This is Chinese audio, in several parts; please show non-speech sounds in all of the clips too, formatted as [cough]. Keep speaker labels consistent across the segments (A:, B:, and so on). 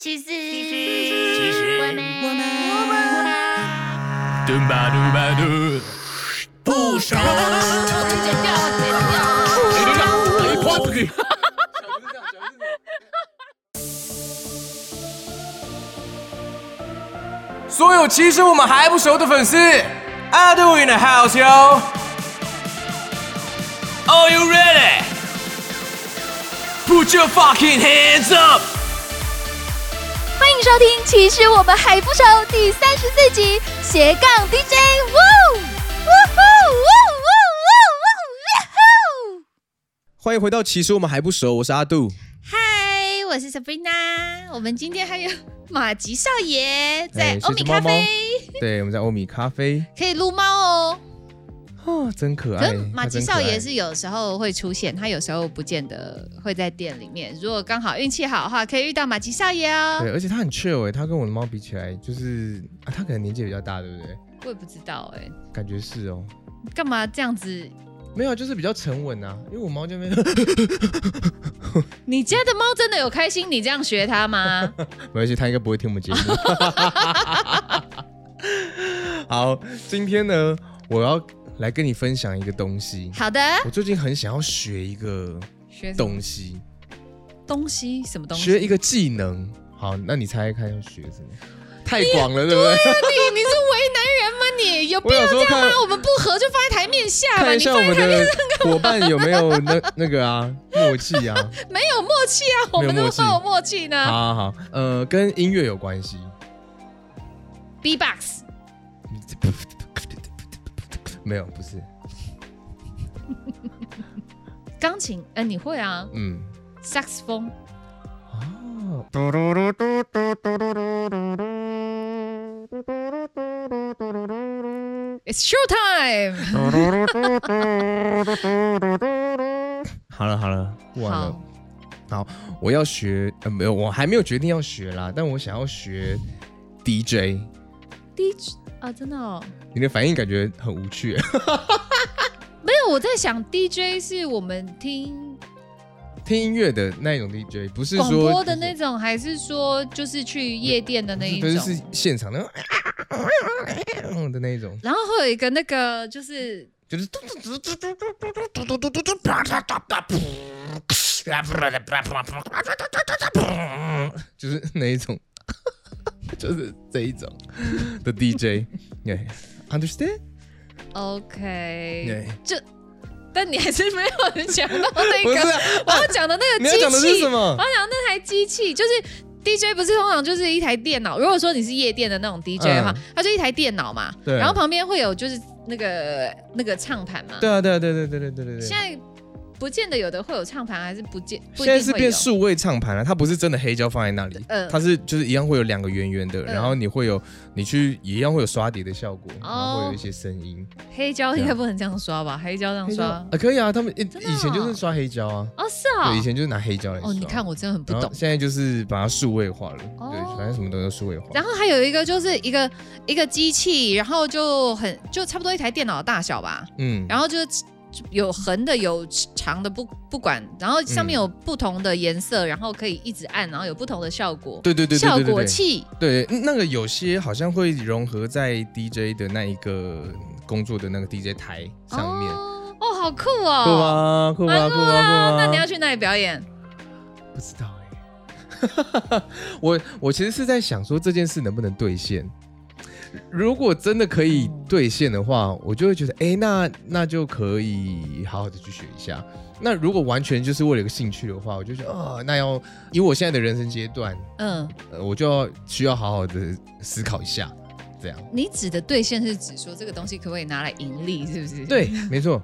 A: 其实，
B: 其实
A: 我们，
B: 我们
C: 嘟吧嘟吧嘟，
B: 不熟。
A: 剪掉，剪掉。
D: 所有其实我们还不熟的粉丝，I do in the house yo。Are you ready? Put your fucking hands up！
E: 欢迎收听《其实我们还不熟》第三十四集斜杠 DJ。呜呜呼呜呜呜呜
F: 欢迎回到，其实我们还不熟，我是阿杜。
A: 嗨，我是 Sabrina。我们今天还有马吉少爷在
F: 哎
A: 欧米咖
F: 是只猫猫
A: 啡，
F: 对，我们在欧米咖啡，
A: 可以撸猫哦。
F: 哦，真可
A: 可
F: 爱
A: 是。马吉
F: 它真可
A: 少
F: 爱
A: 爷是有时候会出现，他有时候不见得会在店里面。如果刚好运气好的话，可以遇到马吉少爷哦
F: 对，。而且他很 chill 哎，他跟我的猫比起来，就是啊，他可能年纪比较大，对不对？
A: 我也不知道哎、
F: 感觉是哦，
A: 干嘛这样子？
F: 没有，就是比较沉稳啊。因为我猫这 [laughs] 边
A: 你家的猫真的有开心你这样学它
F: [laughs]
A: 吗？
F: 没关系，他应该不会听我们节目。 [laughs] 好，今天呢，我要来跟你分享一个东西。
A: 好的，
F: 我最近很想要学一个
A: 学什么
F: 东西，
A: 东西什么东西？
F: 学一个技能。好，那你猜猜看要学什么？太广了，对不对？
A: [laughs] 你你是为难人吗你？有必
F: 我
A: 要
F: 有时
A: 这
F: 候
A: 样吗
F: 看？
A: 我们不合就放在台面 [laughs] 下嘛，
F: 看一
A: 哎你
F: 下我
A: 放在
F: 们
A: 台
F: 的伙伴有没有那那个啊默契啊。
A: [laughs] 没有默契啊，我们
F: 没
A: 都么
F: 有默契
A: 有默契
F: 好
A: 呢。
F: 好好，呃，跟音乐有关系，
A: B box
F: 没有不是，
A: 钢琴，哎、你会啊？
F: 嗯，
A: 萨克斯风，It's show time。
F: 好了好了，不玩了
A: 好。，
F: 我要学，呃，没有，我还没有决定要学啦，但我想要学 DJ。
A: 第一啊，真的哦，
F: 你的反应感觉很无趣， [laughs]
A: 没有，我在想 DJ 是我们听
F: 听音乐的那一种 DJ，不是
A: 广
F: 说
A: 播的那种，还是说就是去夜店的那一
F: 不是
A: 种？
F: 是现场那种 [laughs] 的那一种，
A: 然后会有一个那个就是
F: 就是就是那一种，就是这一种的 DJ，对，understand？
A: OK，
F: 对，
A: 但你还是没有讲到那
F: 不是
A: 个
F: 啊，
A: 我要讲的那
F: 你
A: 个
F: 要
A: 机器。
F: 讲的是什么
A: 我？想那台机器就是 DJ 不是通常就是一台电脑，如果说你是夜店的那种 DJ 的话，它就一台电脑嘛，
F: 嗯对
A: 然后旁边会有就是那个那个唱盘嘛。
F: 对啊，对啊，对对对对对对对
A: 现。在不见得有的会有唱盘，还是不见不
F: 现
A: 一定
F: 在是
A: 会有
F: 变。数位唱盘了、它不是真的黑胶放在那里，
A: 嗯
F: 它是就是一样会有两个圆圆的，然后你会有你去也一样会有刷碟的效果，然后会有一些声音。
A: 黑胶应该不能这样刷吧？黑胶这样
F: 啊黑胶
A: 刷
F: 啊，可以啊，他们以
A: 真的哦
F: 以前就是刷黑胶啊，
A: 哦，是哦
F: 对，以。前就是拿黑胶来刷。嗯
A: 哦，你看我真的很不
F: 然后
A: 懂。
F: 现在就是把它数位化了，
A: 哦
F: 对，反正什么东西都数位化。
A: 然后还有一个就是一个一个机器，然后就很就差不多一台电脑的大小吧，
F: 嗯，
A: 然后就是有横的有长的不不管，然后上面
F: 嗯
A: 有不同的颜色，然后可以一直按，然后有不同的效果，
F: 对对对对
A: 效
F: 对对
A: 果
F: 对
A: 器
F: 对，嗯那个有些好像会融合在 DJ 的那一个工作的那个 DJ 台上面，
A: 哦，哦好酷
F: 酷
A: 哦！
F: 吗？酷吗？
A: 蛮
F: 酷
A: 酷的啊
F: 吗？酷吗？
A: 那你要去哪里表演？
F: 不知道哎、 [laughs] 我我其实是在想说这件事能不能兑现。如果真的可以兑现的话，我就会觉得，哎、那那就可以好好的去学一下。那如果完全就是为了一个兴趣的话，我就觉得，啊、那要以我现在的人生阶段，
A: 嗯，
F: 呃，我就要需要好好的思考一下，这样。
A: 你指的兑现是指说这个东西可不可以拿来盈利，是不是？，啊
F: 对，没错。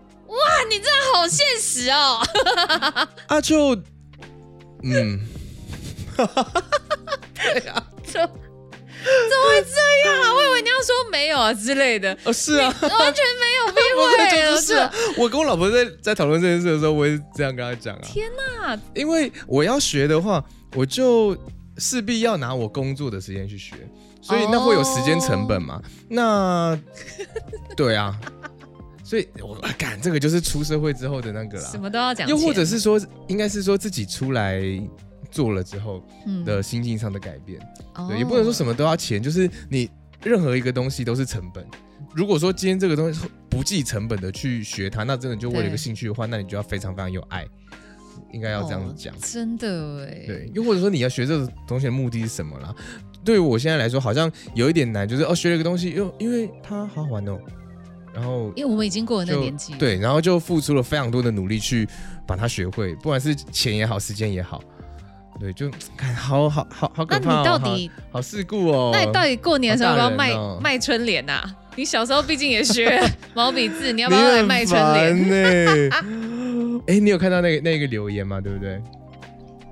A: 好现实哦。 [laughs]
F: 啊，就，嗯，
A: 怎么怎么会这样啊？我以为你要说没有啊之类的，
F: [laughs] 呃、是啊，
A: 完全没有
F: 我
A: 避
F: 就
A: 讳，
F: [laughs] 不是啊。我跟我老婆在在讨论这件事的时候，我也是这样跟她讲啊。
A: 天哪！
F: 因为我要学的话，我就势必要拿我工作的时间去学，所以那会有时间成本嘛。那对啊，所以我啊干这个就是出社会之后的那个啦
A: 什，么都要讲钱，
F: 又或者是说，应该是说自己出来做了之后
A: 嗯
F: 的心境上的改变。
A: 哦
F: 对，也不能说什么都要钱，就是你任何一个东西都是成本。如果说今天这个东西不计成本的去学它，那真的就为了一个
A: 对
F: 兴趣的话，那你就要非常非常有爱，应该要这样
A: 哦
F: 子讲。
A: 真的哎，
F: 对，又或者说你要学这个东西的目的是什么啦？对于我现在来说，好像有一点难，就是哦，学了一个东西，又因为它好好玩哦，然后
A: 因为我们已经过了那
F: 就
A: 年纪，，
F: 对，然后就付出了非常多的努力去把它学会，不管是钱也好，时间也好，对，就看好好好好
A: 那
F: 可
A: 你
F: 怕、哦，
A: 到底
F: 好好世故哦，
A: 那你到底过年的时候要不要
F: 好大
A: 卖
F: 人哦
A: 卖春联呐？你小时候毕竟也
F: [laughs]
A: 学毛笔字，你
F: 你
A: 要不要来卖春联？[laughs]
F: 联呢？哎、你有看到那个那个留言吗？对不对？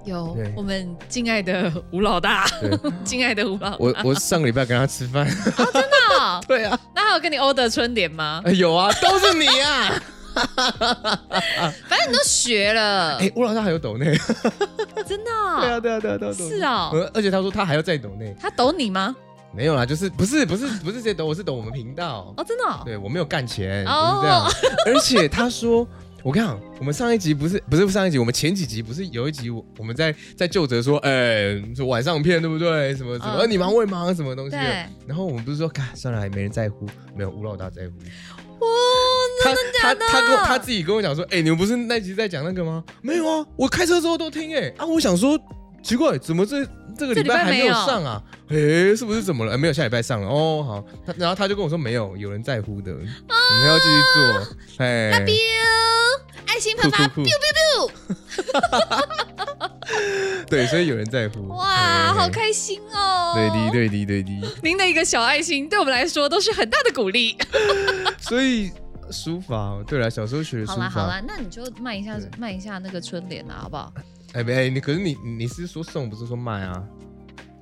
A: 有
F: 对
A: 我们敬爱的吴老大，
F: 对
A: [laughs] 敬爱的吴老
F: 我
A: 大，
F: 我上个礼拜跟他吃饭，
A: 哦那
F: [laughs] 对啊，
A: 那他有跟你 order 春联吗？
F: 哎有啊，都是你啊！
A: [laughs] 反正你都学了
F: 哎、，吴老大还有抖内，
A: 真的
F: 对
A: 哦
F: 啊，对啊，对啊，对啊，
A: 是
F: 啊。
A: 哦。
F: 呃而且他说他还要再抖内，
A: 他懂你吗？
F: 没有啦，就是不是不是不是谁抖，我是抖我们频道，
A: 哦，真的哦。
F: 对我没有干钱，不
A: 哦
F: 是这样。而且他说，我跟你讲，我们上一集不是不是上一集，我们前几集不是有一集我我们在在就责说，哎，说晚上骗对不对？什么什么，
A: 嗯
F: 呃你忙我也忙，什么东西的？
A: 对
F: 然后我们不是说，嘎，算了，还没人在乎，没有吴老大在乎。
A: 哇，
F: 他他他跟我他自己跟我讲说，哎、你们不是那集在讲那个吗？没有啊，我开车的时候都听哎、啊，我想说奇怪，怎么这这个
A: 这
F: 礼
A: 礼拜
F: 拜还没有
A: 没有
F: 上啊？哎、是不是怎么了？哎没有，下礼拜上了哦。好，他然后他就跟我说没有，有人在乎的，我们要继
A: 哦
F: 续做。哎，那边
A: 爱心
F: 酷
A: 喷发，
F: 酷酷，对，所以有人在乎。
A: 哇，
F: 嘿
A: 好。开心哦！
F: 对的，对的，对的。
A: 您的一个小爱心，对我们来说都是很大的鼓励。
F: 所以书法，对了，小时候学的书
A: 好
F: 法。
A: 啦好啦，那你就卖一下
F: 对
A: 卖一下那个春联啦，好不好？
F: 哎，没哎，你可是你你是说送，不是说卖啊？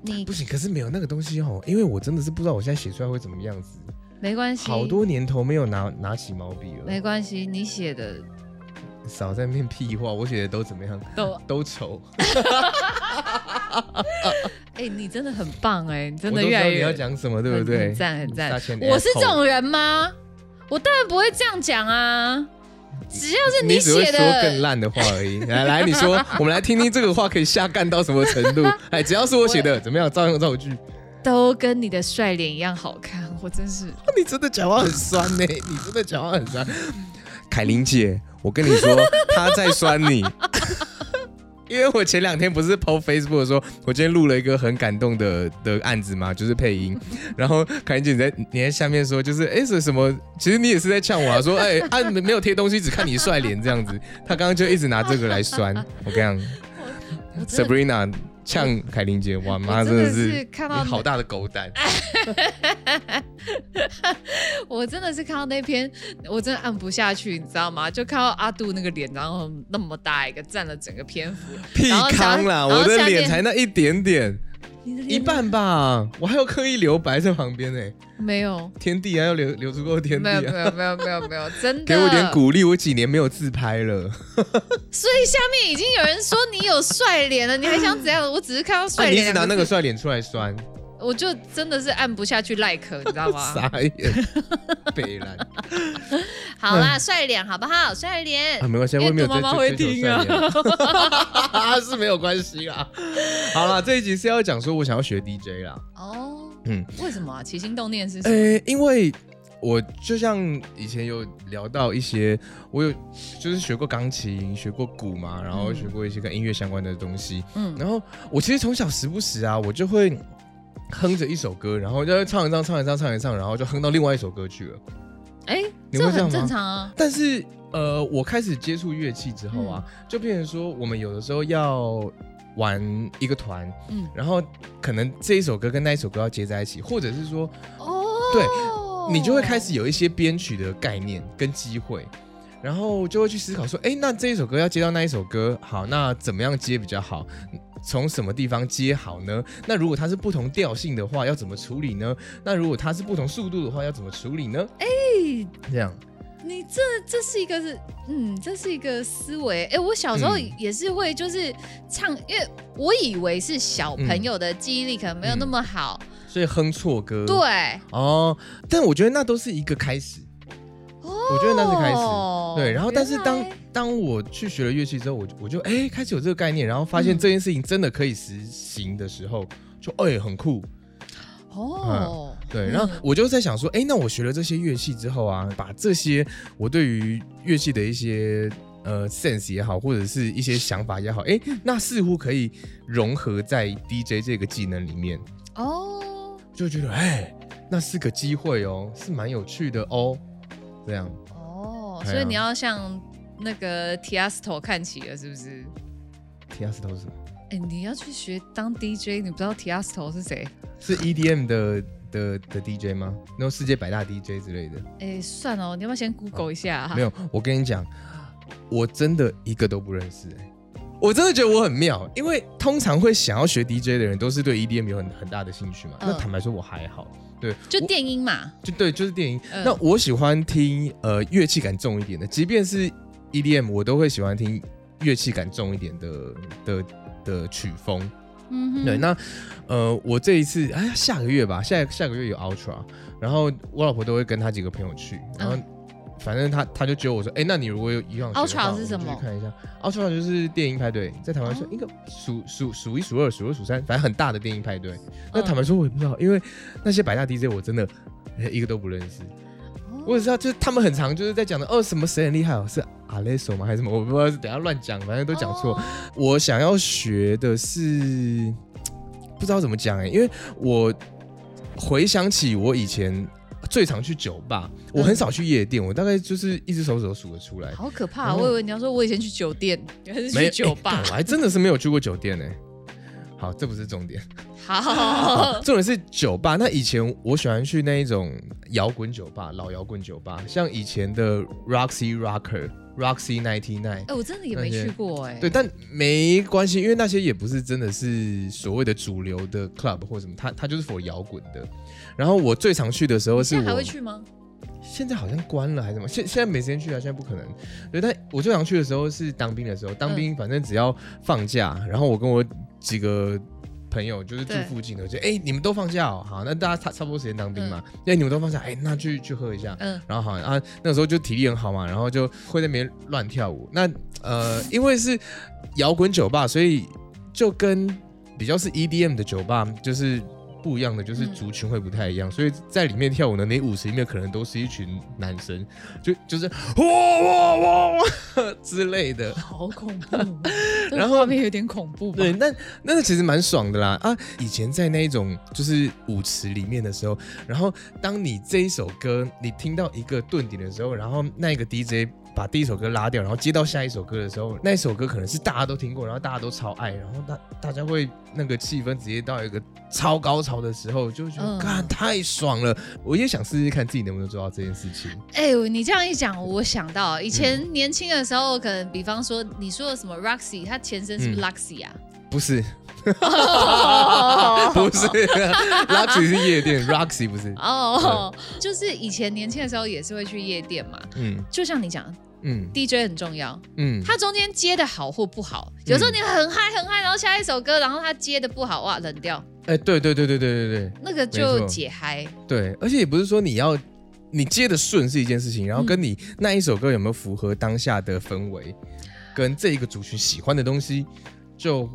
A: 你
F: 不行，可是没有那个东西哦，因为我真的是不知道我现在写出来会怎么样子，
A: 没关系，
F: 好多啊年头没有拿拿起毛笔
A: 没
F: 了，
A: 关系，你写的
F: 少在那边屁话，我写的都怎么样？
A: 都
F: 都丑，
A: 哎、你真的很棒哎、你真
F: 我
A: 的
F: 都知
A: 越
F: 道
A: 来
F: 你
A: 越
F: 要讲什么，对不对？
A: 很赞很赞
F: 撒钱。哎
A: 我是这
F: asshole
A: 种人吗？我当然不会这样讲啊，只要是
F: 你只会
A: 写
F: 说更
A: 的，
F: 烂的话
A: [laughs]
F: 而已。来来，你说，我们来听听这个话可以下干到什么程度？哎，只要是我写的，怎么样？照样造句。
A: 都跟你的帅脸一样好看，我真是
F: 你真的讲话很酸呢、你真的讲话很酸。凯琳姐，我跟你说，她在酸你。 [laughs] 因为我前两天不是 PO Facebook 说，我今天录了一个很感动的的案子嘛，就是配音。然后凯琳姐你在你在下面说，就是哎是什么？其实你也是在呛我啊，说哎 [laughs] 啊没没有贴东西，只看你帅脸这样子。她刚刚就一直拿这个来酸，我跟你
A: 我
F: 讲
A: 真的
F: ，Sabrina 呛凯琳姐，哇妈
A: 我真
F: 真
A: 的
F: 的是
A: 是看到
F: 你好大的狗胆。
A: 我真的是看到那篇，我真的按不下去，你知道吗？就看到阿杜那个脸，然后那么大一个，占了整个篇幅。
F: 屁
A: 然后下
F: 康啦，
A: 然后
F: 我的
A: 下
F: 脸
A: 面
F: 才那一点点，
A: 你的脸
F: 一半吧，我还有刻意留白在旁边呢、欸
A: 没有，
F: 天地还要留留足够的天地、
A: 没有，没
F: 啊。
A: 有，没有，没有，没有，真的。
F: 给我一点鼓励，我几年没有自拍了。
A: 所以下面已经有人说你有帅脸了，你还想怎样？我只是看到
F: 啊、
A: 帅
F: [laughs] 你一
A: 脸
F: 直
A: 两个字、
F: 拿那个帅脸出来酸，
A: 我就真的是按不下去 like，你知道
F: [laughs]
A: 吗？
F: 傻眼，
A: [laughs]
F: 北蓝
A: 好啦，帅脸好不好？帅脸
F: 啊，没关系，我也没有
A: 因为
F: 追
A: 杜妈妈会
F: 追求
A: 听
F: 帅
A: 啊 [laughs]
F: 脸 [laughs] 是没有关系啦。好啦，这一集是要讲说我想要学 DJ 啦。
A: 哦，
F: 嗯
A: 嗯，为什么啊？起心动念是什么？
F: 呃、因为我就像以前有聊到一些，我有就是学过钢琴，学过鼓嘛，然后
A: 嗯
F: 学过一些跟音乐相关的东西。
A: 嗯
F: 然后我其实从小时不时啊，我就会哼着一首歌，然后就会唱一唱，唱一唱，唱一唱，然后就哼到另外一首歌去了。
A: 哎、
F: 你
A: 这
F: 会这
A: 很
F: 样吗
A: 正常啊。
F: 但是呃，我开始接触乐器之后啊，
A: 嗯
F: 就变成说我们有的时候要玩一个团，
A: 嗯
F: 然后可能这一首歌跟那一首歌要接在一起，或者是说
A: 哦，
F: 对你就会开始有一些编曲的概念跟机会，然后就会去思考说，哎，那这一首歌要接到那一首歌，好，那怎么样接比较好？从什么地方接好呢？那如果它是不同调性的话，要怎么处理呢？那如果它是不同速度的话，要怎么处理呢？哎，这样，
A: 你这这是一个是，嗯，这是一个思维。哎、我小时候
F: 嗯
A: 也是会就是唱，因为我以为是小朋友的记忆力可能没有那么好，
F: 所以哼错歌，
A: 对，
F: 哦，但我觉得那都是一个开始。
A: 哦，
F: 我觉得那是开始。
A: 哦
F: 对，然后但是当
A: 原来
F: 当我去学了乐器之后，我就我就哎、开始有这个概念，然后发现
A: 嗯
F: 这件事情真的可以实行的时候，就哎、很酷。
A: 哦，
F: 嗯对，然后我就在想说，哎、那我学了这些乐器之后啊，把这些我对于乐器的一些呃 sense 也好，或者是一些想法也好，哎、那似乎可以融合在 DJ 这个技能里面，
A: 哦
F: 就觉得哎、那是个机会哦，是蛮有趣的哦，这样。
A: 哦，
F: 哎呀
A: 所以你要向那个 Tiesto 看齐了，是不是？
F: 提亚斯头是什么？
A: 哎，你要去学当 DJ，你不知道 Tiesto 是谁？
F: 是 EDM 的的的 DJ 吗？那种世界百大 DJ 之类的？
A: 哎，算了，你要不要先 Google 一下啊？
F: 没有，我跟你讲，我真的一个都不认识、欸。我真的觉得我很妙，因为通常会想要学 DJ 的人都是对 EDM 有很很大的兴趣嘛。
A: 嗯
F: 那坦白说，我还好，对，
A: 就
F: 我
A: 电音嘛，
F: 就对，就是电音。
A: 嗯
F: 那我喜欢听呃乐器感重一点的，即便是 EDM，我都会喜欢听乐器感重一点的的的曲风。
A: 嗯哼
F: 对，那呃，我这一次哎呀，下个月吧，下下个月有 Ultra，然后我老婆都会跟她几个朋友去，然后
A: 嗯
F: 反正她她就揪我说，哎，那你如果有一样
A: Ultra 是什么
F: 看一下 Ultra 就是电音派对，在台湾是
A: 哦
F: 一个数数数一数二、数二数三，反正很大的电音派对。那
A: 嗯哦
F: 坦白说，我也不知道，因为那些百大 DJ 我真的哎一个都不认识。我只知道，就是他们很常就是在讲的，哦，什么谁很厉害哦，是阿雷索吗？还是什么？我不知道，等一下乱讲，反正都讲错。我想要学的是，不知道怎么讲哎、因为我回想起我以前最常去酒吧，我很少去夜店，我大概就是一只手指头数得出来。
A: 嗯好可怕！
F: 然后
A: 我以为你要说我以前去酒店，还是去
F: 没
A: 酒
F: 哎
A: 吧
F: 干我。还真的是没有去过酒店哎、好，这不是重点，
A: [laughs] 好，
F: 重点是酒吧。那以前我喜欢去那一种摇滚酒吧，老摇滚酒吧，像以前的 Roxy Rocker、Roxy Ninety Nine
A: 哎，。我真的也没
F: 那些
A: 去过哎。
F: 对，但没关系，因为那些也不是真的是所谓的主流的 club 或什么，它它就是否摇滚的。然后我最常去的时候是
A: 现
F: 我
A: 在还会去吗？
F: 现在好像关了还是什么，现现在没时间去啊，现在不可能。对，但我最常去的时候是当兵的
A: 嗯
F: 时候，当兵反正只要放假，然后我跟我几个朋友就是住
A: 对
F: 附近的，就哎、你们都放假哦，好，那大家差差不多时间当兵嘛，那、你们都放假，哎、那去去喝一下，
A: 嗯，
F: 然后好啊，那时候就体力很好嘛，然后就会在那边乱跳舞。那呃，因为是摇滚酒吧，所以就跟比较是 EDM 的酒吧就是不一样的，就是
A: 嗯
F: 族群会不太一样，所以在里面跳舞呢，你舞池里面可能都是一群男生，就就是哇哇哇哇之类的。
A: 好恐怖。哦 [laughs] 这个
F: 然后
A: 画面有点恐怖吧。
F: 对，那那个其实蛮爽的啦啊！以前在那一种就是舞池里面的时候，然后当你这一首歌你听到一个顿点的时候，然后那个 DJ 把第一首歌拉掉，然后接到下一首歌的时候，那一首歌可能是大家都听过，然后大家都超爱，然后大大家会那个气氛直接到一个超高潮的时候，就会觉得
A: 嗯
F: 干、太爽了！我也想试试看自己能不能做到这件事情。
A: 哎、你这样一讲，我想到以前年轻的时候，可能比方说你说的什么 Roxy，它前身是不是
F: 嗯
A: Luxy [laughs] 啊？
F: 不是，不是，Roxy 是夜店，Roxy 不是，
A: [laughs] 哦，就是以前年轻的时候也是会去夜店嘛，
F: 嗯
A: 就像你讲
F: 嗯
A: ，DJ 很重要，
F: 嗯，
A: 它中间接的好或不好，有时候你很嗨很嗨，然后下一首歌，然后它接的不好，哇，冷掉，
F: 哎、对对对对对对
A: 那个
F: 没
A: 就
F: 错
A: 解嗨。
F: 对对，而且也不是说你要你接的顺是一件事情，然后
A: 嗯
F: 跟你那一首歌有没有符合当下的氛围，跟这一个族群喜欢的东西，就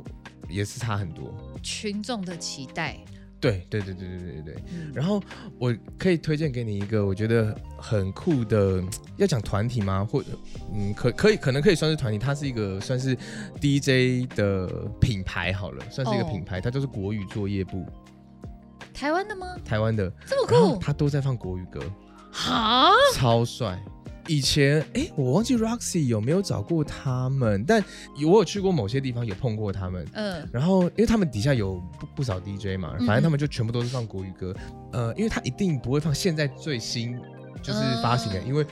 F: 也是差很多。
A: 群众的期待，
F: 对对对对对对对对。
A: 嗯
F: 然后我可以推荐给你一个我觉得很酷的，要讲团体吗？或者嗯，可可以可能可以算是团体，它是一个算是 DJ 的品牌好了，算是一个
A: 哦
F: 品牌，它就是国语作业部，
A: 台湾的吗？
F: 台湾的，
A: 这么
F: 然后
A: 酷
F: 它都在放国语歌。
A: 哈，
F: 超帅。以前哎、诶我忘记 Roxy 有没有找过他们，但我有去过某些地方，有碰过他们。
A: 嗯，
F: 然后，因为他们底下有不不少 DJ 嘛，
A: 嗯
F: 反正他们就全部都是放国语歌。呃，因为他一定不会放现在最新就是发行的，
A: 嗯
F: 因为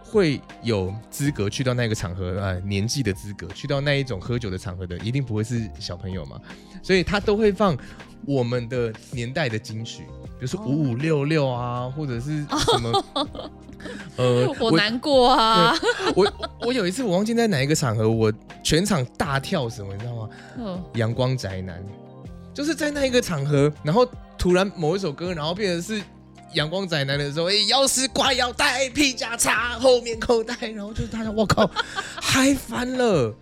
F: 会有资格去到那个场合，呃，年纪的资格去到那一种喝酒的场合的，一定不会是小朋友嘛，所以他都会放我们的年代的金曲，比如说
A: 哦
F: 五五六六啊，或者是
A: [laughs]
F: 什么，呃，
A: 我难过啊，
F: 我我我有一次我忘记在哪一个场合，我全场大跳什么，你知道吗？
A: [laughs] 嗯
F: 阳光宅男，就是在那一个场合，然后突然某一首歌，然后变成是阳光宅男的时候，哎、钥匙挂腰带，皮夹插后面口袋，然后就大家我靠，嗨翻了，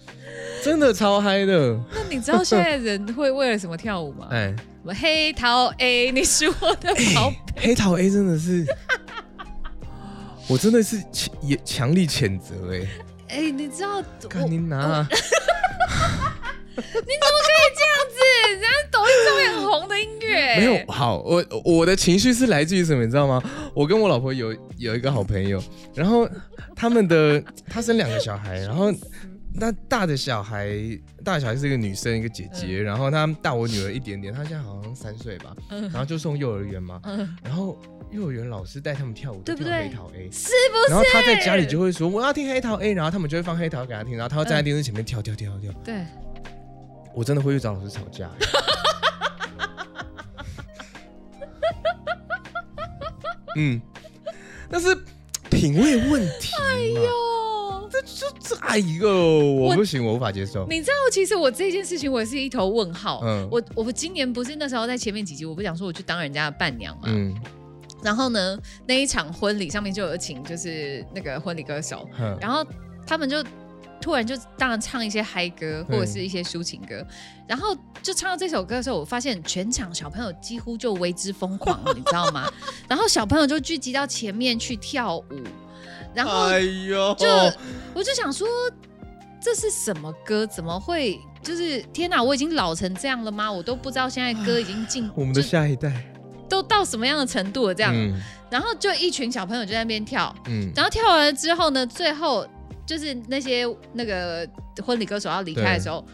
F: [laughs] 真的超嗨的，
A: 那你知道现在人会为了什么跳舞吗？
F: [laughs] 哎，
A: 什么黑桃 A，你是我的宝贝。
F: 黑桃 A 真的是， [laughs] 我真的是强也强力谴责哎、
A: 哎、你知道我
F: 看你啊拿、
A: 你怎么可以这样子？人家抖音上面很红的音乐，
F: 没有好，我我的情绪是来自于什么，你知道吗？我跟我老婆有有一个好朋友，然后他们的她生两个小孩，然后那大的小孩大的小孩是一个女生，一个姐姐，
A: 嗯
F: 然后她大我女儿一点点，她现在好像三岁吧，然后就送幼儿园嘛，
A: 嗯
F: 然后幼儿园老师带他们跳舞，
A: 对不
F: 就跳
A: 对
F: 黑桃 A。
A: [laughs] 是不是？
F: 然后她在家里就会说我要听黑桃 A，然后他们就会放黑桃给她听，然后她会站在电视前面跳跳跳跳，
A: 对，
F: 我真的会去找老师吵
A: [laughs]
F: 架、欸嗯，但是品味问题嘛，
A: 哎哦，
F: 这这这，哎呦，我不行，我无法接受。
A: 你知道，其实我这件事情我也是一头问号。
F: 嗯
A: 我我今年不是那时候在前面几集，我不想说我去当人家的伴娘嘛。
F: 嗯，
A: 然后呢，那一场婚礼上面就有请就是那个婚礼歌手，
F: 哼
A: 然后他们就突然就当然唱一些嗨歌或者是一些抒情歌，然后就唱到这首歌的时候，我发现全场小朋友几乎就为之疯狂，你知道吗？
F: [laughs]
A: 然后小朋友就聚集到前面去跳舞，然后
F: 哎呦，
A: 就、我就想说这是什么歌？怎么会？就是天哪，我已经老成这样了吗？我都不知道现在歌已经进
F: [laughs] 我们的
A: 就
F: 下一代，
A: 都到什么样的程度了这样。
F: 嗯
A: 然后就一群小朋友就在那边跳，
F: 嗯，
A: 然后跳完了之后呢，最后就是那些那个婚礼歌手要离开的时候，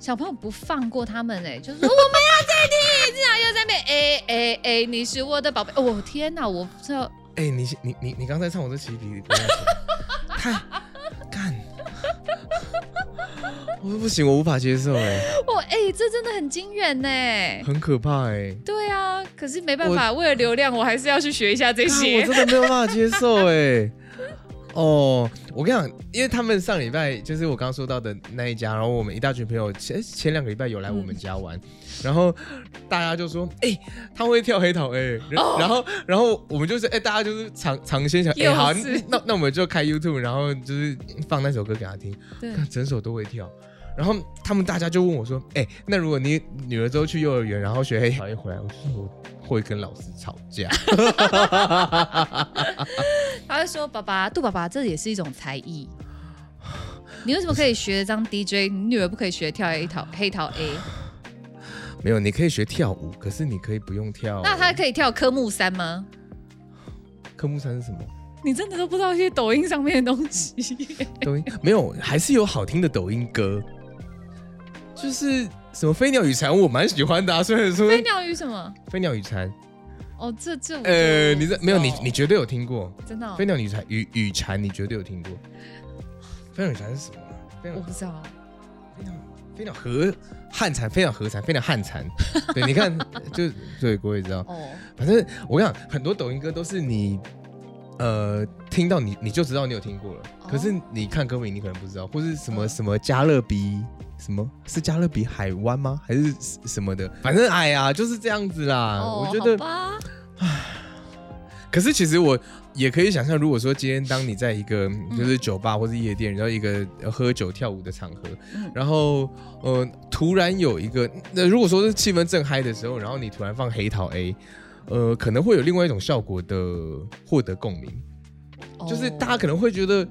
A: 小朋友不放过他们哎、就说我们要再听一次，然后又在那边 [laughs] 哎哎哎，你是我的宝贝，哦我天哪，我不知道，
F: 哎，你你你你刚才唱我这起皮，不要紧太干，我不行，我无法接受，哎，
A: 我哎、这真的很惊人呢、
F: 很可怕，哎。
A: 对啊，可是没办法，为了流量，我还是要去学一下这
F: 啊
A: 些。
F: [laughs] 我真的没有办法接
A: [laughs]
F: 受哎、哦，我跟你讲，因为他们上礼拜就是我刚刚说到的那一家，然后我们一大群朋友前前两个礼拜有来我
A: 嗯
F: 们家玩，然后大家就说，哎、他会跳黑桃 A，、然然后然后我们就是哎、大家就是尝尝鲜想，
A: 哦
F: 哎、
A: 又
F: 好，
A: 是
F: 那那我们就开 YouTube，然后就是放那首歌给他听，
A: 对
F: 看整首都会跳。然后他们大家就问我说：“哎、那如果你女儿之后去幼儿园，然后学黑桃 A 回来，我就说我会跟老师吵架。”
A: 他会说：“爸爸，杜爸爸，这也是一种才艺。你为什么可以学得当 DJ？你女儿不可以学跳黑桃黑桃 A？
F: 没有，你可以学跳舞，可是你可以不用跳。
A: 那她可以跳科目三吗？
F: 科目三是什么？
A: 你真的都不知道一些抖音上面的东
F: [laughs]
A: 西。
F: 抖音没有，还是有好听的抖音歌，就是什么飞鸟与蝉，我蛮喜欢的、啊。虽然说
A: 飞鸟与什么？
F: 飞鸟与蝉，
A: 哦，这这我就
F: 呃，
A: 不
F: 你这
A: 知
F: 没有
A: 道
F: 你，你绝对有听过
A: 真哦的哦、
F: 飞鸟与蝉与与蝉，你绝对有听过。飞鸟与蝉是什么啊？飞鸟
A: 我不知道。
F: 飞鸟飞鸟和汉蝉，飞鸟和蝉，飞鸟汉蝉。对，你看，就对，我也知道。
A: 哦，
F: 反正我跟你讲，很多抖音歌都是你，呃，听到你你就知道你有听过了，
A: 哦
F: 可是你看歌名你可能不知道，或是什么、
A: 嗯
F: 什么加勒比，什么是加勒比海湾吗？还是什么的？反正哎呀，就是这样子啦。
A: 哦
F: 啊我觉得
A: 好，吧，
F: 可是其实我也可以想象，如果说今天当你在一个
A: 嗯
F: 就是酒吧或是夜店，然后一个呃喝酒跳舞的场合，
A: 嗯
F: 然后呃突然有一个，那如果说是气氛正嗨的时候，然后你突然放黑桃 A，呃可能会有另外一种效果的获得共鸣，
A: 哦
F: 就是大家可能会觉得。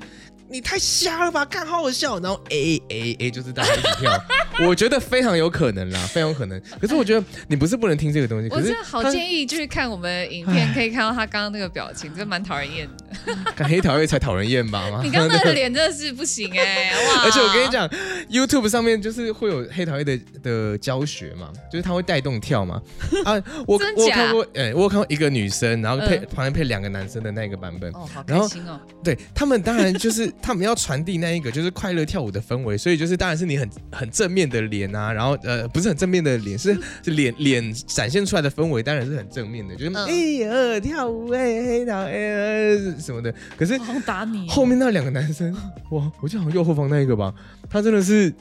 F: 你太瞎了吧，看好好笑，然后 A A A 就是大家一起跳， [laughs] 我觉得非常有可能啦，非常有可能。可是我觉得你不是不能听这个东西，
A: 我
F: 可
A: 真
F: 是
A: 的好
F: 它
A: 建议去看我们影片，可以看到他刚刚那个表情，真的蛮讨人厌的。
F: 看黑桃 A 才讨人厌吧？ [laughs]
A: 你刚刚那个脸真的是不行哎、哇！
F: 而且我跟你，讲，YouTube 上面就是会有黑桃 A 的的教学嘛，就是他会带动跳嘛。啊，
A: [laughs]
F: 我
A: 真
F: 我有
A: 假
F: 看过，哎、我有看过一个女生，然后配、
A: 嗯
F: 旁边配两个男生的那个版本。
A: 哦，好开
F: 然后
A: 心哦，
F: 对他们当然就是 [laughs] 他们要传递那一个就是快乐跳舞的氛围，所以就是当然是你很很正面的脸啊，然后呃不是很正面的脸，是是脸脸展现出来的氛围当然是很正面的，就是
A: 嗯
F: 哎、呃跳舞哎、黑桃哎、呃什么的。可是
A: 我好想打你。
F: 后面那两个
A: [laughs]
F: 男生，哇，我记得好像右后方那一个吧，他真的是，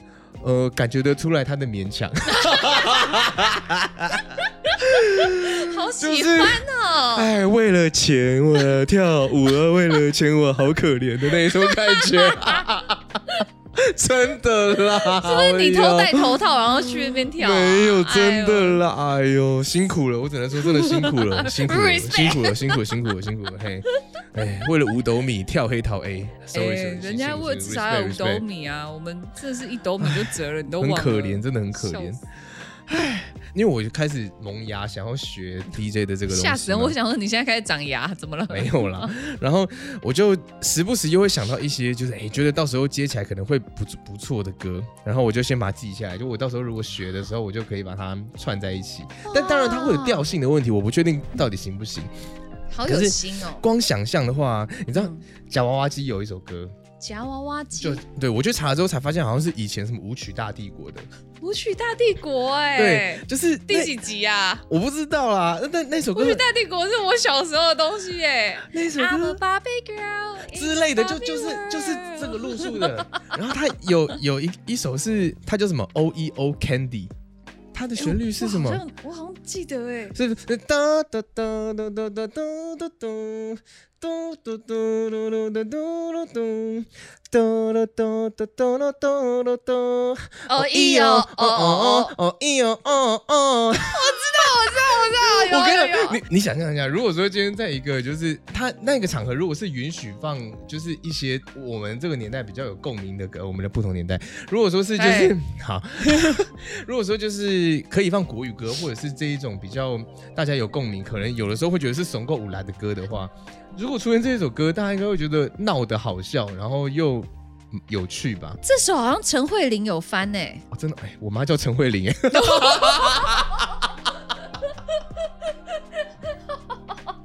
F: 呃，感觉得出来他的
A: 哦
F: 勉强，
A: 好喜
F: 就是
A: 欢哦、哦，
F: [laughs] 哎，为了钱我跳舞
A: [laughs]
F: 啊，为了钱我好可怜的那种感觉， [laughs] 真的啦，
A: 是不是你偷
F: 哎呦
A: 戴头套然后去那边跳啊？
F: 没有，真
A: 哎呦。
F: 的啦，哎呦，辛苦了，我只能说真的辛苦
A: [laughs]
F: 了，辛苦了，
A: Respect
F: 辛苦了，辛苦了，辛苦了，辛苦了，嘿，哎，为了五斗米跳黑桃 A，
A: 哎
F: sorry，sorry，
A: 人家
F: 辛苦
A: 为
F: 辛苦
A: 至少要有五
F: respect，
A: 斗
F: respect
A: 米啊，我们这是一斗米就折了，你都忘
F: 很
A: 了，
F: 可怜，真的很可
A: 笑
F: 怜
A: 死。
F: 因为我就开始萌芽，想要学 DJ 的这个东西嘛，啊
A: 吓死人！我想说你现在开始长牙，怎么了？
F: 没有啦。然后我就时不时又会想到一些，就是哎、觉得到时候接起来可能会不不错的歌，然后我就先把它记下来。就我到时候如果学的时候，我就可以把它串在一起。但当然它会有调性的问题，我不确定到底行不行。
A: 好
F: 可
A: 有
F: 是
A: 心哦。
F: 光想象的话，你知道
A: 嗯
F: 夹娃娃机有一首歌，
A: 夹娃娃机
F: 就，对我去查了之后才发现，好像是以前什么舞曲大帝国的，
A: 舞曲大帝国哎、
F: 对，就是那
A: 第几集啊？
F: 我不知道啦。那那那首
A: 舞
F: 歌
A: 曲大帝国是我小时候的东西哎、
F: 那首
A: I'm
F: 歌
A: a Barbie girl
F: 之类的，就就是就是这个路数的。然后它有有一一首是它叫什么 O E O Candy，它的旋律是什么？
A: 我好像我好像记得哎、
F: 是是哒哒哒哒哒哒哒哒咚咚咚咚咚咚咚咚咚咚哒哒哒哒哒哒哒哒。
A: 哦咦哦哦哦哦，
F: 哦咦哦哦哦。
A: 我知道
F: 我跟
A: 有
F: 你
A: 有
F: 讲，
A: 有
F: 你你想象一下，如果说今天在一个就是他那个场合，如果是允许放就是一些我们这个年代比较有共鸣的歌，我们的不同年代，如果说是就
A: 哎
F: 是好， [laughs] 如果说就是可以放国语歌，或者是这一种比较大家有共鸣，可能有的时候会觉得是怂够五来的歌的话，如果出现这一首歌，大家应该会觉得闹得好笑，然后又。嗯有趣吧？
A: 这首好像陈慧琳有翻哎、
F: [laughs] 哦、真的，哎，我妈叫陈慧琳，哎 [laughs]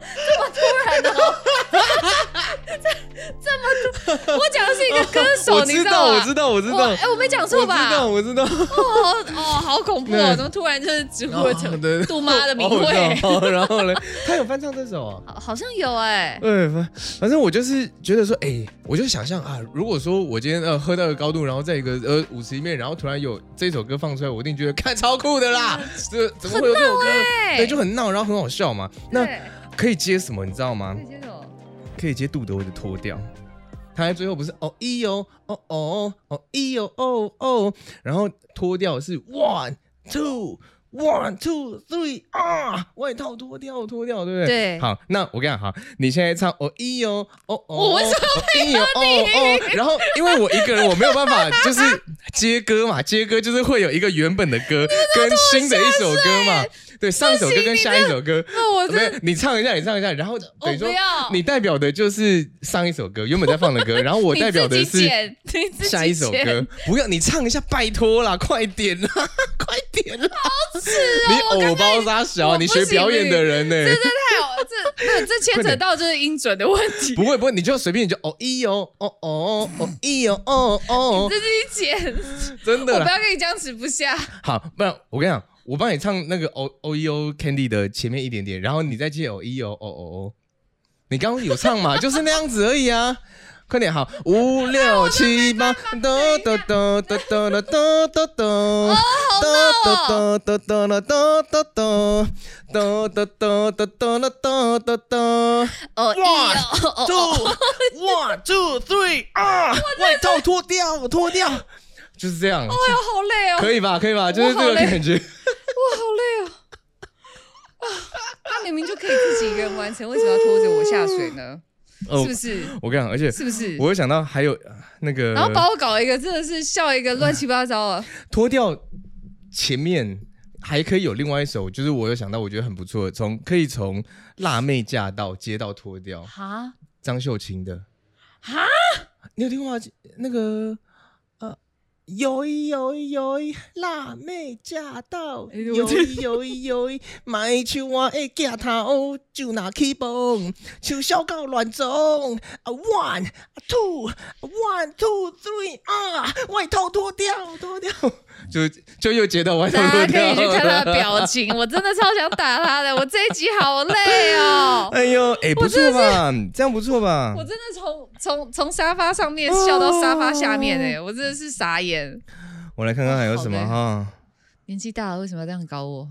A: 我讲的是一个歌手，
F: 我
A: 你
F: 知道，
A: 吧
F: 我知道，我知
A: 我
F: 道，
A: 哎、我没讲错吧？
F: 我知道，我知道。
A: 哦哦，好恐怖哦！
F: 对
A: 怎么突然就是直呼
F: 哦
A: 了成
F: 对
A: 杜妈的名
F: 哦我知
A: 讳？
F: 道哦然后 [laughs] 呢，他有翻唱这首啊。
A: 好好像有哎、
F: 对，反反正我就是觉得说，哎、我就想象啊，如果说我今天呃喝到一个高度，然后在一个呃舞池里面，然后突然有这首歌放出来，我一定觉得看超酷
A: [laughs]
F: 的啦，这怎么会有这首歌？
A: 哎
F: 对，就很闹，然后很好笑嘛。那
A: 对
F: 可以接什么，你知道吗
A: 对？这种
F: 可以接杜德伟的脱掉。他在最后不是哦一哦哦哦哦一哦哦哦，然后脱掉是 one two one two three 啊，外套脱掉脱掉，对不对？
A: 对
F: 好，那我跟你讲，好，你现在唱哦一哦哦哦，
A: 我为什么
F: 么一哦哦哦？然后因为我一个人我没有办法，就是接歌嘛，接歌就是会有一个原本的
A: [laughs]
F: 歌跟新的一首歌嘛，
A: 欸
F: 对，上一首歌跟下一首歌。
A: 那 [laughs] 我
F: 没
A: 这
F: 有，你唱一下，你唱一下，然后等于说
A: 哦不要
F: 你代表的就是上一首歌原本在放的
A: [laughs]
F: 歌，然后我代表的
A: 你自己
F: 是
A: 剪你自己
F: 下一首
A: 剪
F: 歌。不要，你唱一下，拜托啦，快点啦， [laughs] 快
A: [laughs]
F: 点啦！
A: 啊我
F: 你哦
A: 刚
F: 偶包杀
A: 我
F: 小，啊你
A: 不
F: 学
A: 行
F: 表演的人呢、
A: 这这太好，这没有这牵扯到就是音准的问题，
F: 不会不会，你就随便你就哦一哦哦哦哦一哦哦哦
A: 你，自己
F: [laughs]
A: 剪，
F: 真的
A: 我不
F: 啦。
A: 要跟你僵持不下。
F: 好，不然我跟你讲，我帮你唱那个 O O E O Candy 的前面一点点，然后你再接哦一哦哦哦哦。你刚刚有唱
A: [laughs]
F: 嘛？就是那样子而已啊。快点，好，五六七八，
A: 啊
F: 哒哒哒哒哒哒哒哒哒，
A: 哦
F: 哒哒哒哒哒哒哒哒，哒哒哒哒哒哒哒哒哒。
A: 哦，一哦哦
F: Two, one, two, three, 啊！外套脱掉，脱掉，就是这样，
A: 哎呦，好累哦，
F: 可以吧？可以吧？就是这个感觉。
A: 哇，好累哦。啊，他明明就可以自己一个人完成，为什么要拖着我下水呢？
F: 哦
A: 是不是？
F: 我跟你讲，而且
A: 是不是？
F: 我又想到还有呃那个
A: 然后把我搞一个真的是笑一个乱七八糟啊！
F: 脱掉前面还可以有另外一首，就是我有想到我觉得很不错的，从可以从辣妹驾到接到脱掉
A: 哈
F: 张秀清的，
A: 哈，
F: 你有听过吗？那个呃，有一有一有一辣妹驾到，
A: 哎呦
F: 有一有一有一买手我的镜头就拿起蹦，手小到乱走啊，one two one two three 啊，外套脱掉脱掉，就就又接到外套
A: 大家
F: 脱
A: 可
F: 掉，
A: 以去看他的。表情，我真的超想打他的，我这一集好累
F: [laughs]
A: 哦。
F: 哎呦，哎、不错吧？这样不错吧
A: 我？真的从从从沙发上面笑到沙发下面哎、我真的是傻眼。
F: 我来看看还有
A: 好
F: 什么
A: 的
F: 哈。
A: 年纪大了为什么要这样搞我？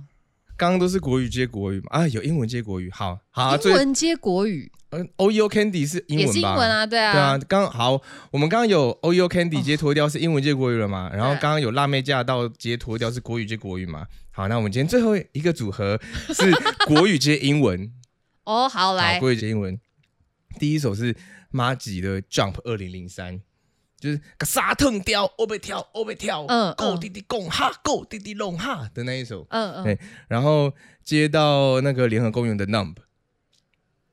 F: 刚刚都是国语接国语嘛，啊，有英文接国语，好好啊，
A: 英
F: 最
A: 文接国语
F: 嗯，O E O Candy 是英
A: 也
F: 文吧？
A: 是英文啊，哦对啊，
F: 对啊，刚好我们刚刚有 O E O Candy 接脱掉是英文接国语了
A: 啊
F: 嘛，然后刚刚有辣妹驾到接脱掉是国语接国语嘛。好，那我们今天最后一个组合
A: [laughs]
F: 是国语接英文，
A: 哦，好
F: 好，
A: 来，
F: 国语接英文。第一首是马吉的 Jump 二零零三，就是个沙腾雕，我被跳，我被跳，
A: 嗯
F: 嗯，
A: 嗯
F: 够滴滴拱哈，够滴滴弄哈的那一首，
A: 嗯嗯，
F: 对然后接到那个联合公园的 Numb，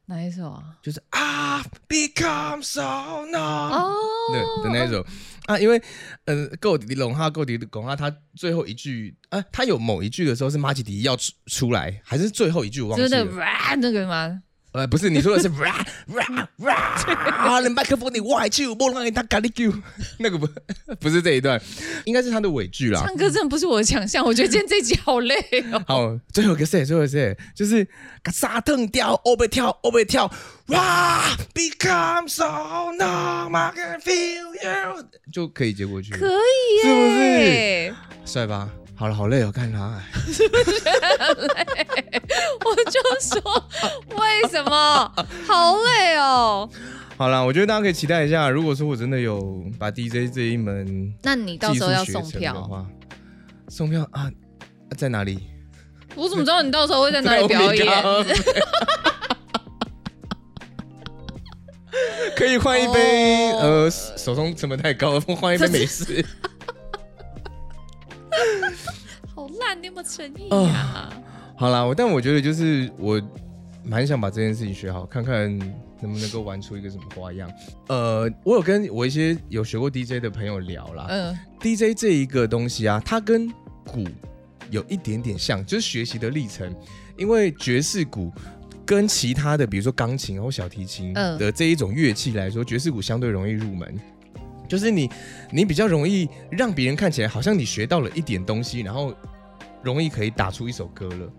A: 哪一首啊？
F: 就是啊 Become So Numb。
A: 哦，
F: 啊对的那一首啊，因为呃，够迪龙哈，够迪龙哈，他最后一句啊，他有某一句的时候是马吉迪要出出来，还是最后一句我忘记
A: 真的
F: 了？
A: 哇那个吗？
F: 呃，不是，你说的是 [laughs] ra ra ra 啊，连麦克风你外去，莫让他咖喱 Q，那个不 [laughs] 不是这一段，应该是他的尾句啦。
A: 唱歌真的不是我的强项，我觉得今天这集好累
F: [laughs]
A: 哦。
F: 好，最后一个谁？最后一个谁？就是嘎沙腾掉，欧贝跳，欧贝跳，哇，become so numb, I can feel you，就可以接过去了。
A: 可以耶，是
F: 帅吧？好了，好累哦，看他。哎
A: 我就说为什
F: [laughs]
A: 么好累哦？
F: 好了，我觉得大家可以期待一下。如果说我真的有把 DJ 这一门
A: 那你到
F: 技
A: 时
F: 术
A: 候要
F: 学
A: 送
F: 成的
A: 票，
F: 话，送票啊，在哪里？
A: 我怎么知道你到时候会在哪里表演？ [laughs]
F: 可以换一杯，
A: 哦
F: 呃，手冲成本太高了，换一杯美式。
A: 好烂，你有没有诚意啊？
F: 好啦，我但我觉得就是我蛮想把这件事情学好，看看能不能够玩出一个什么花样。呃，我有跟我一些有学过 DJ 的朋友聊啦，
A: 嗯，
F: DJ 这一个东西啊，它跟鼓有一点点像，就是学习的历程。因为爵士鼓跟其他的，比如说钢琴或小提琴
A: 嗯
F: 的这一种乐器来说，爵士鼓相对容易入门。就是你，你比较容易让别人看起来好像你学到了一点东西，然后容易可以打出一首歌了。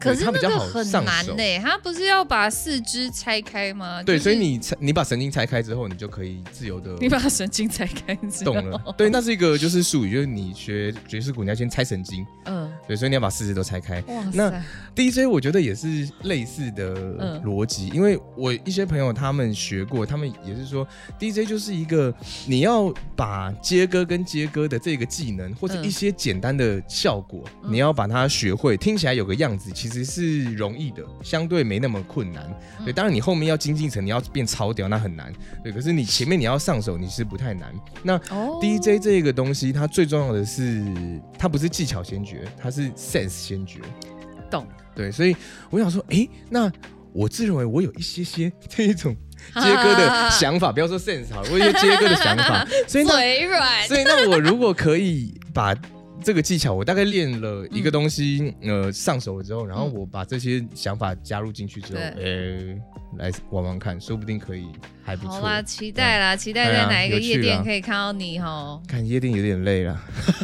A: 可是
F: 对它
A: 那
F: 比较
A: 个
F: 好
A: 很
F: 上
A: 难
F: 手
A: 呢、他不是要把四肢拆开吗？
F: 对，
A: 就是
F: 所以你拆你把神经拆开之后，你就可以自由的
A: [laughs] 你把神经拆开，你知道 [laughs]
F: 动了。对，那是一个就是术语，就是你学爵士鼓，你要先拆神经，
A: 嗯，
F: 对，所以你要把四肢都拆开。
A: 哇
F: 那
A: 塞，
F: DJ 我觉得也是类似的
A: 嗯
F: 逻辑，因为我一些朋友他们学过，他们也是说 DJ 就是一个你要把接歌跟接歌的这个技能或者
A: 嗯
F: 一些简单的效果，
A: 嗯
F: 你要把它学会，听起来有个样子，其实是容易的，相对没那么困难。
A: 嗯
F: 对，当然你后面要精进成，你要变超屌那很难，对，可是你前面你要上手，你是不太难。那
A: 哦
F: DJ 这个东西，它最重要的是，它不是技巧先决，它是 sense 先决。
A: 懂
F: 对，所以我想说，诶，那我自认为我有一些些 [laughs] 这
A: [laughs]
F: 一种接歌的想法，不要说 sense 好了，我有一些接歌的想
A: [laughs]
F: 法，所以那
A: 嘴软，
F: 所以那我如果可以把这个技巧，我大概练了一
A: 嗯
F: 个东西，呃，上手了之后，然后我把这些想法加入进去之后，诶，来玩玩看，说不定可以还不
A: 好啊
F: 错。
A: 啦，期待啦，期待
F: 对
A: 在
F: 啊
A: 哪一个
F: 有趣
A: 夜店
F: 啦
A: 可以看到你哦。
F: 看夜店有点累了，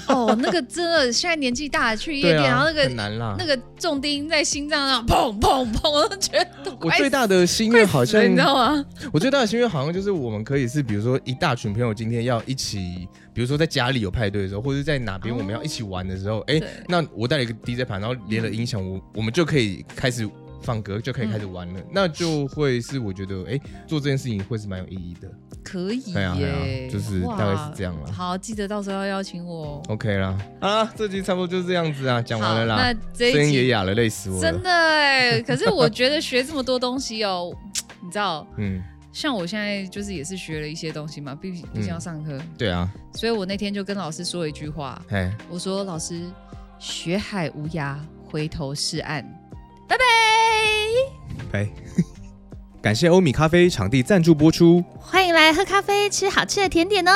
A: 哦，那个真的，现在年纪大了去夜
F: 对
A: 店，然
F: 啊
A: 后那，
F: 很
A: 个
F: 难啦
A: 那。个重钉在心脏上砰砰砰，我都觉得
F: 我
A: 快
F: 最大的心
A: 快
F: 愿好
A: 死了
F: 像
A: 你知道吗？
F: 我最大的心愿好像就是我们可以是，比如说一大群朋友今天要一起，比如说在家里有派对的时候，或者是在哪边
A: 哦
F: 我们要一起玩的时候，哎、
A: 对
F: 那我带了一个 DJ 盘，然后连了音响，我我们就可以开始放歌，就可以开始玩了，
A: 嗯
F: 那就会是我觉得，哎、做这件事情会是蛮有意义的。
A: 可以
F: 对啊对啊
A: 耶，
F: 就是
A: 哇
F: 大概是这样啦
A: 好，记得到时候要邀请我。哦
F: [laughs] OK 啦，啊，这集差不多就是这样子啊，讲完
A: 好
F: 了啦，
A: 那这
F: 声
A: 一
F: 音也
A: 集
F: 哑了，累死我了。
A: 真的哎，可是我觉得学这么多东西哦，你知道，
F: 嗯，
A: 像我现在就是也是学了一些东西嘛，毕竟毕竟要上课，
F: 对啊，
A: 所以我那天就跟老师说一句话，
F: 哎，
A: 我说老师，学海无涯，回头是岸。
F: 拜。
G: 感谢欧米咖啡场地赞助播出。
E: 欢迎来喝咖啡，吃好吃的甜点哦。